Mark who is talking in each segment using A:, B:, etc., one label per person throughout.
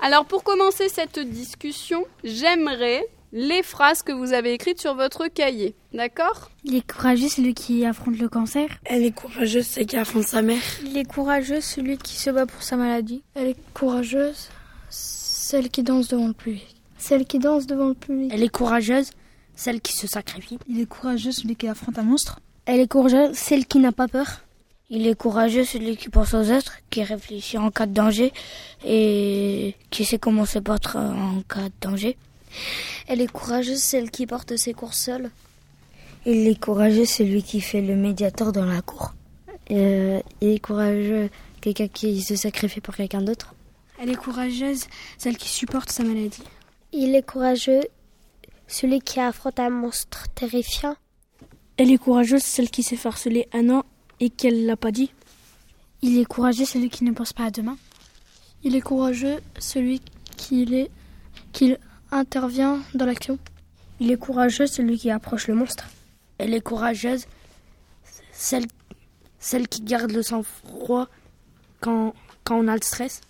A: Alors pour commencer cette discussion, j'aimerais les phrases que vous avez écrites sur votre cahier, d'accord
B: Il est courageux celui qui affronte le cancer.
C: Elle est courageuse, c'est qui affronte sa mère.
D: Il est courageux celui qui se bat pour sa maladie.
E: Elle est courageuse, celle qui danse devant le public.
F: Celle qui danse devant le public.
G: Elle est courageuse, celle qui se sacrifie.
H: Il est courageux celui qui affronte un monstre.
I: Elle est courageuse, celle qui n'a pas peur.
J: Il est courageux celui qui pense aux autres, qui réfléchit en cas de danger et qui sait comment se battre en cas de danger.
K: Elle est courageuse celle qui porte ses cours seule.
L: Il est courageux celui qui fait le médiateur dans la cour.
M: Euh, il est courageux quelqu'un qui se sacrifie pour quelqu'un d'autre.
N: Elle est courageuse celle qui supporte sa maladie.
O: Il est courageux celui qui affronte un monstre terrifiant.
P: Elle est courageuse celle qui s'est farcelée un an et qu'elle l'a pas dit.
B: Il est courageux celui qui ne pense pas à demain.
E: Il est courageux celui qui est qu'il intervient dans l'action.
Q: Il est courageux celui qui approche le monstre.
G: Elle est courageuse celle, celle qui garde le sang-froid quand, quand on a le stress.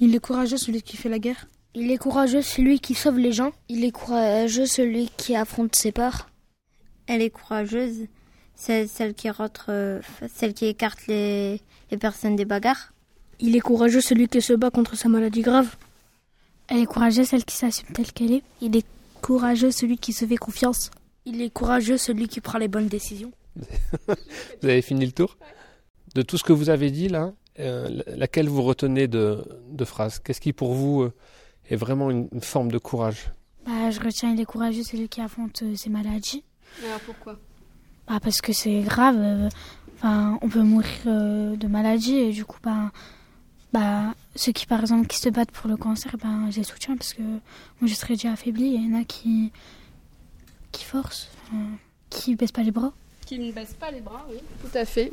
H: Il est courageux celui qui fait la guerre.
R: Il est courageux celui qui sauve les gens.
S: Il est courageux celui qui affronte ses peurs.
T: Elle est courageuse, celle, celle qui rentre, euh, celle qui écarte les, les personnes des bagarres.
P: Il est courageux celui qui se bat contre sa maladie grave.
B: Elle est courageuse, celle qui s'assume telle qu'elle est.
R: Il est courageux, celui qui se fait confiance.
G: Il est courageux, celui qui prend les bonnes décisions.
U: vous avez fini le tour De tout ce que vous avez dit là, euh, laquelle vous retenez de, de phrase Qu'est-ce qui pour vous euh, est vraiment une, une, forme de courage
B: bah, Je retiens, il est courageux, celui qui affronte euh, ses maladies.
A: Alors pourquoi
B: bah, Parce que c'est grave. euh, Enfin, on peut mourir euh, de maladie et du coup, bah, bah, ceux qui par exemple qui se battent pour le cancer, ben, je les soutiens parce que moi je serais déjà affaiblie. Il y en a qui, qui forcent, euh, qui baissent pas les bras.
A: Qui ne baissent pas les bras, oui, tout à fait.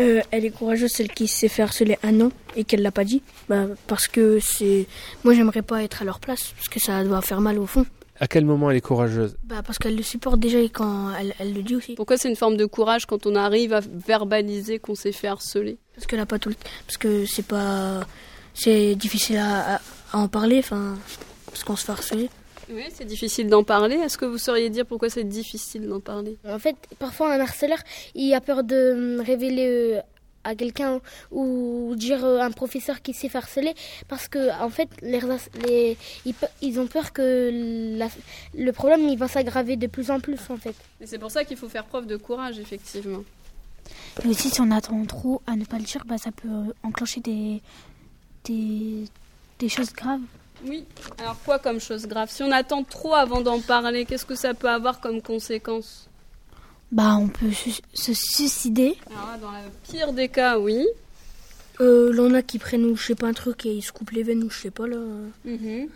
P: Euh, elle est courageuse, celle qui s'est fait harceler un an et qu'elle l'a pas dit. Bah, parce que c'est. Moi j'aimerais pas être à leur place parce que ça doit faire mal au fond.
U: À quel moment elle est courageuse
P: bah Parce qu'elle le supporte déjà et quand elle, elle le dit aussi.
A: Pourquoi c'est une forme de courage quand on arrive à verbaliser qu'on s'est fait harceler
P: Parce que là, pas tout le... Parce que c'est pas. C'est difficile à, à, en parler, enfin. Parce qu'on se fait harceler.
A: Oui, c'est difficile d'en parler. Est-ce que vous sauriez dire pourquoi c'est difficile d'en parler
R: En fait, parfois un harceleur, il a peur de hum, révéler euh, à quelqu'un ou dire euh, un professeur qui s'est harcelé parce que en fait les, les ils, ils, ont peur que la, le problème il va s'aggraver de plus en plus en fait.
A: Et c'est pour ça qu'il faut faire preuve de courage effectivement.
B: Et aussi si on attend trop à ne pas le dire, bah, ça peut enclencher des, des, des choses graves.
A: Oui, alors quoi comme chose grave Si on attend trop avant d'en parler, qu'est-ce que ça peut avoir comme conséquence
B: bah, on peut se suicider.
A: Ah, dans le pire des cas, oui.
P: Euh, l'on a qui prennent, je sais pas, un truc et ils se coupent les veines ou je sais pas, là. Mm
A: -hmm.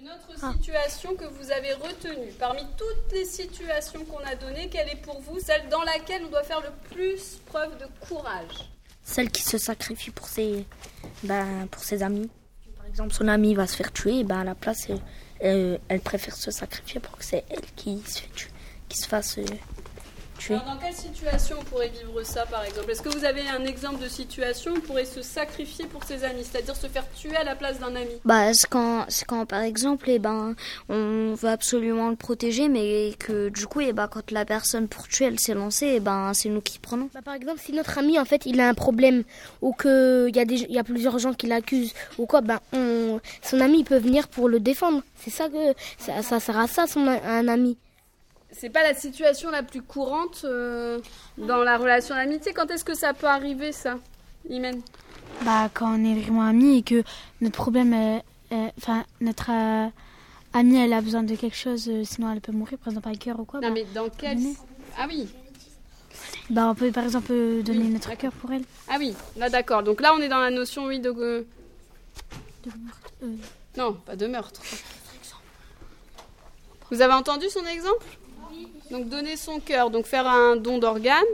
A: Une autre situation ah. que vous avez retenue, parmi toutes les situations qu'on a données, quelle est pour vous celle dans laquelle on doit faire le plus preuve de courage
G: Celle qui se sacrifie pour ses, ben, pour ses amis. Par exemple, son ami va se faire tuer, et ben, à la place, elle, elle, elle préfère se sacrifier pour que c'est elle qui se fait tuer, qui se fasse. Euh,
A: alors dans quelle situation on pourrait vivre ça, par exemple Est-ce que vous avez un exemple de situation où on pourrait se sacrifier pour ses amis, c'est-à-dire se faire tuer à la place d'un ami
S: Bah, c'est quand, quand, par exemple, eh ben, on veut absolument le protéger, mais que du coup, eh ben, quand la personne pour tuer, elle s'est lancée, eh ben, c'est nous qui prenons.
R: Bah, par exemple, si notre ami, en fait, il a un problème ou qu'il y, a des, y a plusieurs gens qui l'accusent ou quoi, ben, on, son ami il peut venir pour le défendre. C'est ça que ça, ça, sert à ça, son, un ami
A: c'est pas la situation la plus courante euh, dans la relation d'amitié. Quand est-ce que ça peut arriver, ça, Imen
B: Bah, quand on est vraiment amis et que notre problème, euh, enfin, notre euh, amie, elle a besoin de quelque chose, euh, sinon elle peut mourir, par exemple, par cœur ou quoi.
A: Non, bah, mais dans quel. Ah oui
B: Bah, on peut par exemple donner oui, notre cœur pour elle.
A: Ah oui, là d'accord. Donc là, on est dans la notion, oui, de. de meurtre, non, pas de meurtre. Vous avez entendu son exemple donc donner son cœur, donc faire un don d'organe.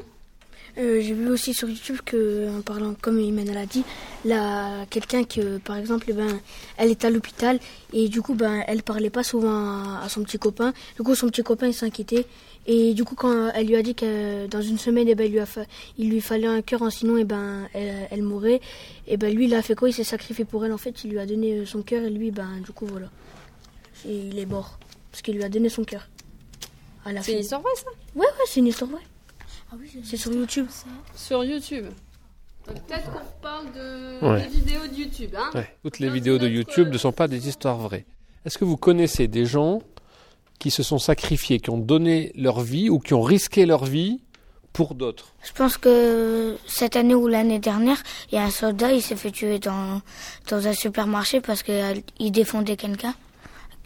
P: Euh, J'ai vu aussi sur YouTube que, en parlant comme Imen l'a dit, là quelqu'un que par exemple eh ben elle est à l'hôpital et du coup ben elle parlait pas souvent à, à son petit copain du coup son petit copain il s'inquiétait et du coup quand elle lui a dit que dans une semaine eh ben, il, lui a fa... il lui fallait un cœur sinon eh ben elle, elle mourrait et ben lui il a fait quoi il s'est sacrifié pour elle en fait il lui a donné euh, son cœur et lui ben du coup voilà et il est mort parce qu'il lui a donné son cœur
A: Ah, c'est une histoire vraie ça
P: ouais ouais c'est une histoire vraie ah oui, c'est sur YouTube ça.
A: sur YouTube Peut-être qu'on parle de, ouais. des vidéos de YouTube. Hein
U: ouais. Toutes les vidéos de YouTube que... ne sont pas des histoires vraies. Est-ce que vous connaissez des gens qui se sont sacrifiés, qui ont donné leur vie ou qui ont risqué leur vie pour d'autres
J: Je pense que cette année ou l'année dernière, il y a un soldat, il s'est fait tuer dans, dans un supermarché parce qu'il défendait quelqu'un,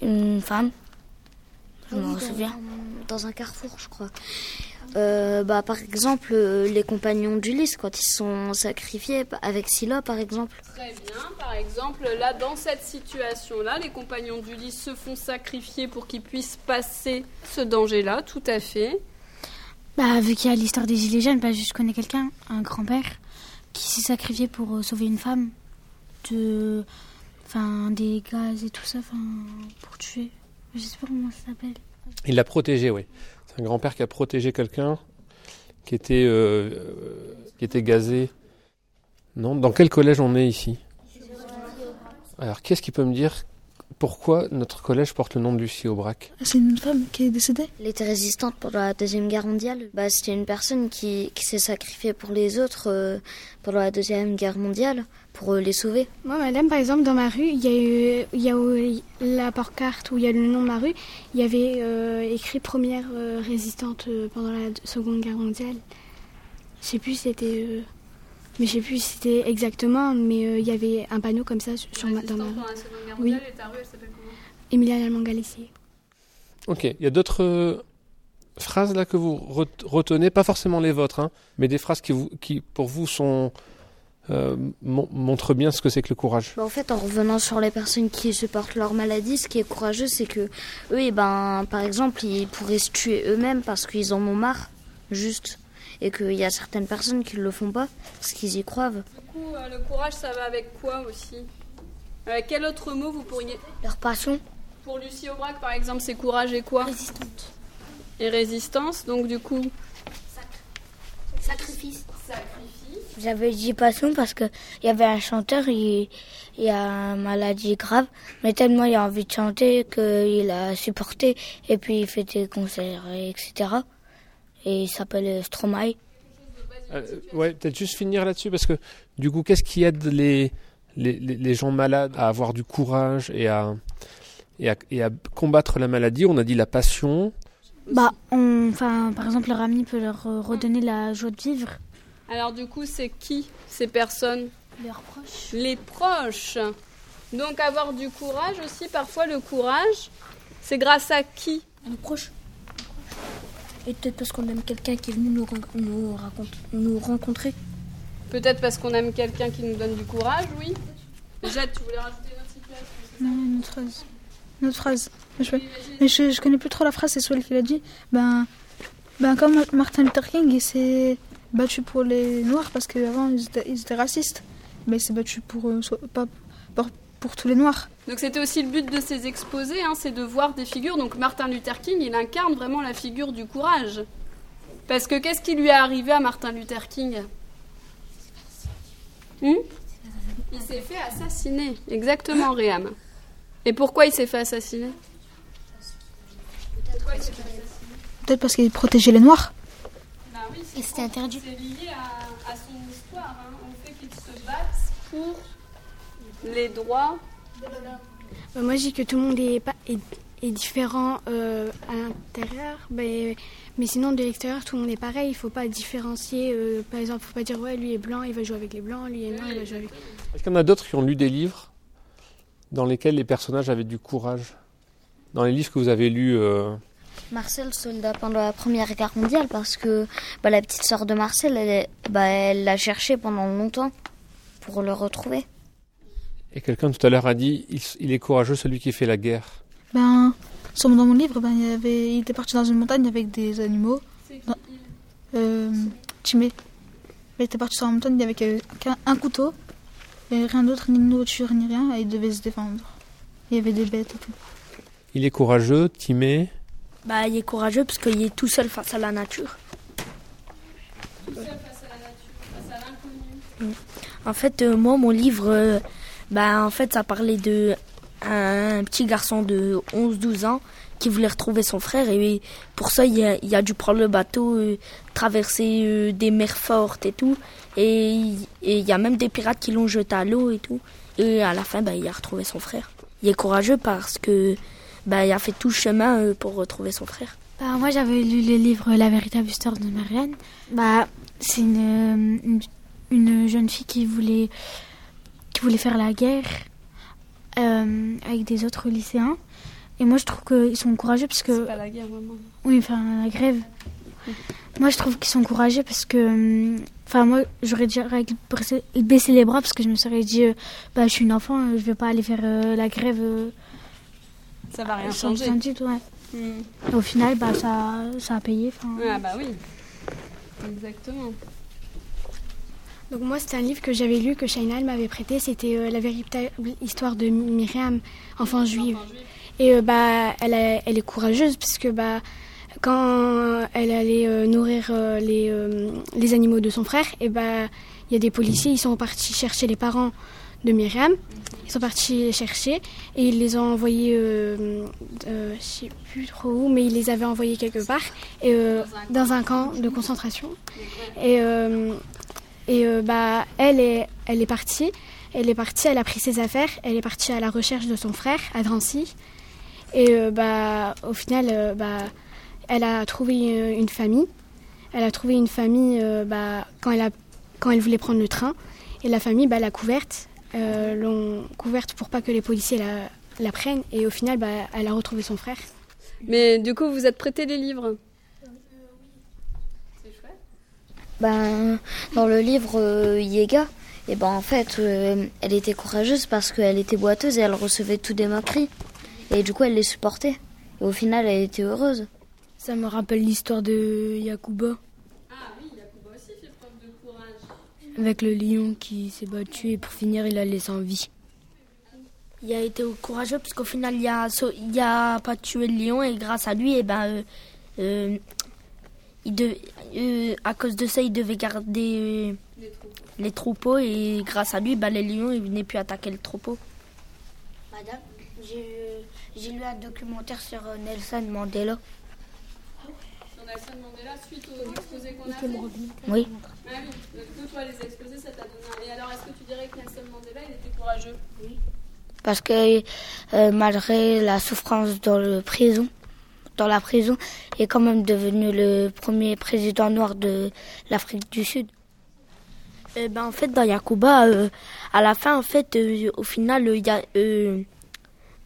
J: une femme.
S: Je m'en souviens. Dans un carrefour, je crois. Euh, bah, par exemple, euh, les compagnons d'Ulysse, quand ils sont sacrifiés avec Scylla, par exemple.
A: Très bien, par exemple, là, dans cette situation-là, les compagnons d'Ulysse se font sacrifier pour qu'ils puissent passer ce danger-là, tout à fait.
B: Bah, vu qu'il y a l'histoire des Gilets jaunes, bah, je connais quelqu'un, un, un grand-père, qui s'est sacrifié pour euh, sauver une femme de. Enfin, des gaz et tout ça, enfin, pour tuer. Je sais pas comment ça s'appelle.
U: Il l'a protégé, oui un grand-père qui a protégé quelqu'un qui était euh, qui était gazé. Non, dans quel collège on est ici Alors, qu'est-ce qui peut me dire pourquoi notre collège porte le nom de Lucie Aubrac
H: Ah, C'est une femme qui est décédée.
S: Elle était résistante pendant la Deuxième Guerre mondiale. Bah, C'était une personne qui, qui s'est sacrifiée pour les autres euh, pendant la Deuxième Guerre mondiale, pour euh, les sauver.
D: Moi, madame, par exemple, dans ma rue, il y a, eu, il y a eu la pancarte où il y a le nom de ma rue, il y avait euh, écrit première euh, résistante pendant la Seconde Guerre mondiale. Je sais plus, c'était. euh, Mais je sais plus si c'était exactement, mais il euh, y avait un panneau comme ça sur
A: ma, dans ma rue. Oui. Et ta rue, elle s'appelle comment
D: Emilia Lalmangalessier.
U: Ok, il y a d'autres euh, phrases là que vous re retenez, pas forcément les vôtres, hein, mais des phrases qui, vous, qui pour vous sont. Euh, mon montrent bien ce que c'est que le courage.
S: Bah, en fait, en revenant sur les personnes qui supportent leur maladie, ce qui est courageux, c'est que eux, et ben, par exemple, ils pourraient se tuer eux-mêmes parce qu'ils en ont marre, juste et qu'il y a certaines personnes qui ne le font pas parce qu'ils y croient. Du
A: coup, euh, le courage, ça va avec quoi aussi Avec quel autre mot vous pourriez.
J: Leur passion.
A: Pour Lucie Aubrac, par exemple, c'est courage et quoi
J: Résistante.
A: Et résistance, donc du coup.
J: Sacr... Sacrifice.
A: Sacrifice.
J: J'avais dit passion parce qu'il y avait un chanteur, il, il a une maladie grave, mais tellement il a envie de chanter qu'il a supporté et puis il fait des concerts, etc et il s'appelle Stromae.
U: Euh, ouais, peut-être juste finir là-dessus parce que du coup, qu'est-ce qui aide les, les, les, gens malades à avoir du courage et à, et à, et à combattre la maladie On a dit la passion.
B: Bah, on, enfin, par exemple, leur ami peut leur euh, redonner la joie de vivre.
A: Alors du coup, c'est qui ces personnes
J: Leurs proches.
A: Les proches. Donc avoir du courage aussi, parfois le courage, c'est grâce à qui
J: Nos proches.
P: Et peut-être parce qu'on aime quelqu'un qui est venu nous, nous, nous rencontrer.
A: Peut-être parce qu'on aime quelqu'un qui nous donne du courage, oui. Jade, tu voulais rajouter une autre situation
H: Non, une autre phrase. Une autre phrase. Je, mais je, je, connais plus trop la phrase, c'est Soul qui l'a dit. Ben, ben, comme Martin Luther King, il s'est battu pour les Noirs parce qu'avant, ils, ils étaient, racistes. Mais il s'est battu pour, euh, so, pas, pour, pour tous les Noirs.
A: Donc c'était aussi le but de ces exposés, hein, c'est de voir des figures. Donc Martin Luther King, il incarne vraiment la figure du courage. Parce que qu'est-ce qui lui est arrivé à Martin Luther King hum Il s'est fait assassiner, exactement, Réam. Et pourquoi il s'est fait assassiner
H: Peut-être parce qu'il protégeait les Noirs.
A: Bah oui, Et c'était interdit. C'est lié à, à, son histoire, hein, au fait qu'il se batte pour les droits.
D: Bah moi, je dis que tout le monde est, pas, est, est différent euh, à l'intérieur, bah, mais sinon, de l'extérieur, tout le monde est pareil. Il ne faut pas différencier. Euh, par exemple, il ne faut pas dire, ouais, lui est blanc, il va jouer avec les blancs, lui est noir, il va jouer avec.
U: Est-ce qu'il y en a d'autres qui ont lu des livres dans lesquels les personnages avaient du courage Dans les livres que vous avez lus euh...
S: Marcel, soldat pendant la Première Guerre mondiale, parce que bah, la petite sœur de Marcel, bah, elle l'a cherché pendant longtemps pour le retrouver.
U: Et quelqu'un tout à l'heure a dit il, il, est courageux celui qui fait la guerre.
H: Ben, dans mon livre, ben, il, avait, il était parti dans une montagne avec des animaux. Dans, euh, Chimé. Il était parti dans une montagne avec un, un euh, couteau. Il n'y avait rien d'autre, ni de nourriture, ni rien, et il devait se défendre. Il y avait des bêtes et tout.
U: Il est courageux, timé.
G: Bah, il est courageux parce qu'il est tout seul face à la nature.
A: Tout seul face à la nature, face à l'inconnu.
G: En fait, euh, moi, mon livre, euh, bah, en fait, ça parlait de un, un petit garçon de 11-12 ans qui voulait retrouver son frère et pour ça il a, il a dû prendre le bateau, euh, traverser euh, des mers fortes et tout et, et il y a même des pirates qui l'ont jeté à l'eau et tout et à la fin bah, il a retrouvé son frère. Il est courageux parce que bah, il a fait tout le chemin euh, pour retrouver son frère.
B: Bah, moi j'avais lu le livre La véritable histoire de Marianne. Bah, c'est une, euh, une, une, jeune fille qui voulait, qui voulait faire la guerre euh, avec des autres lycéens. Et moi, je trouve qu'ils sont courageux parce que.
A: C'est pas la guerre, vraiment.
B: Oui, enfin, la grève. Oui. Moi, je trouve qu'ils sont courageux parce que. euh, Enfin, moi, j'aurais déjà baissé les bras parce que je me serais dit, euh, bah, je suis une enfant, euh, je vais pas aller faire euh, la grève.
A: ça va rien changer.
B: Titre, ouais. mm. Et au final, bah, ça, ça a payé.
A: Ah, bah oui. Exactement.
D: Donc moi, c'était un livre que j'avais lu, que Shaina m'avait prêté. C'était euh, La véritable histoire de Myriam, enfant juive. Et euh, bah, elle, a, elle, est courageuse puisque bah, quand elle allait euh, nourrir euh, les, les, animaux de son frère, et bah, il y a des policiers, ils sont partis chercher les parents de Myriam. Ils sont partis chercher et ils les ont envoyés, euh, je ne sais plus trop où, mais ils les avaient envoyés quelque part et, euh, dans, un camp de concentration. Et, euh, et bah, elle, est, elle est partie. Elle est partie, elle a pris ses affaires, elle est partie à la recherche de son frère à Drancy. Et euh, bah, au final, euh, bah, elle a trouvé euh, une, une famille. Elle a trouvé une famille euh, bah, quand, elle a, quand elle voulait prendre le train. Et la famille bah, l'a couverte, Euh, l'ont couverte pour pas que les policiers la, la prennent. Et au final, bah, elle a retrouvé son frère.
A: Mais du coup, vous êtes prêté les livres C'est chouette
S: ben, Dans le livre Yéga, et ben en fait, elle était courageuse parce qu'elle était boiteuse et elle recevait tout des moqueries. Et du coup, elle les supportait. Et au final, elle était heureuse.
Q: Ça me rappelle l'histoire de Yakuba.
A: Ah oui, Yakuba aussi fait preuve de courage.
Q: Avec le lion qui s'est battu et pour finir, il a laissé en vie.
G: Il a été courageux parce qu'au final, il a, il a pas tué le lion et grâce à lui, et ben, euh, euh, il de, euh, à cause de ça, il devait garder les troupeaux. les, troupeaux. et grâce à lui, ben, les lions ils venaient plus attaquer le troupeau.
J: Madame, j'ai lu un documentaire sur euh, Nelson Mandela.
A: Sur Nelson Mandela, suite aux exposés qu'on a fait
J: Oui.
A: Ah oui, donc toi, les exposés, ça t'a donné. Et alors, est-ce que tu dirais que Nelson Mandela, il était courageux
J: Oui. Parce que euh, malgré la souffrance dans le prison, dans la prison, il est quand même devenu le premier président noir de l'Afrique du Sud.
G: Euh, ben, en fait, dans Yakuba, euh, à la fin, en fait, euh, au final, il y a.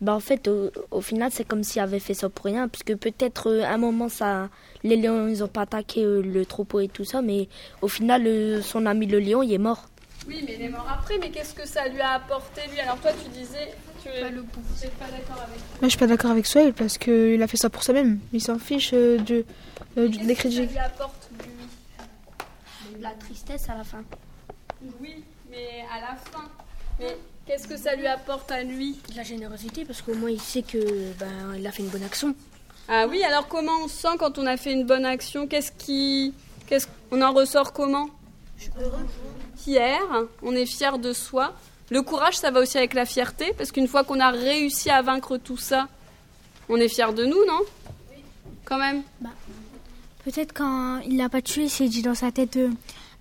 G: Bah en fait, au, au final, c'est comme s'il avait fait ça pour rien, puisque peut-être euh, à un moment, ça, les lions, ils n'ont pas attaqué euh, le troupeau et tout ça, mais au final, euh, son ami le lion, il est mort.
A: Oui, mais il est mort après, mais qu'est-ce que ça lui a apporté, lui Alors toi, tu disais, tu n'es pas, pas d'accord avec
H: Moi, je suis pas d'accord avec Soel, parce qu'il a fait ça pour ça même. Il s'en fiche euh, de,
A: du, des critiques. Qu'est-ce que ça lui apporte, lui
G: La tristesse à la fin.
A: Oui, mais à la fin. Mais Qu'est-ce que ça lui apporte à lui
P: De la générosité, parce qu'au moins il sait que ben, il a fait une bonne action.
A: Ah oui, alors comment on se sent quand on a fait une bonne action Qu'est-ce qui, qu'est-ce qu'on en ressort comment Fier, on est fier de soi. Le courage, ça va aussi avec la fierté, parce qu'une fois qu'on a réussi à vaincre tout ça, on est fier de nous, non oui. Quand même.
B: Bah, peut-être quand il l'a pas tué, il s'est dit dans sa tête. Euh...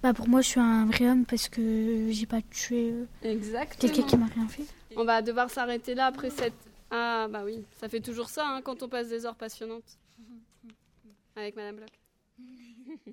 B: Bah pour moi, je suis un vrai homme parce que j'ai pas tué euh, quelqu'un qui m'a rien fait.
A: On va devoir s'arrêter là après cette. Ah bah oui, ça fait toujours ça hein, quand on passe des heures passionnantes avec Madame Bloch. Euh,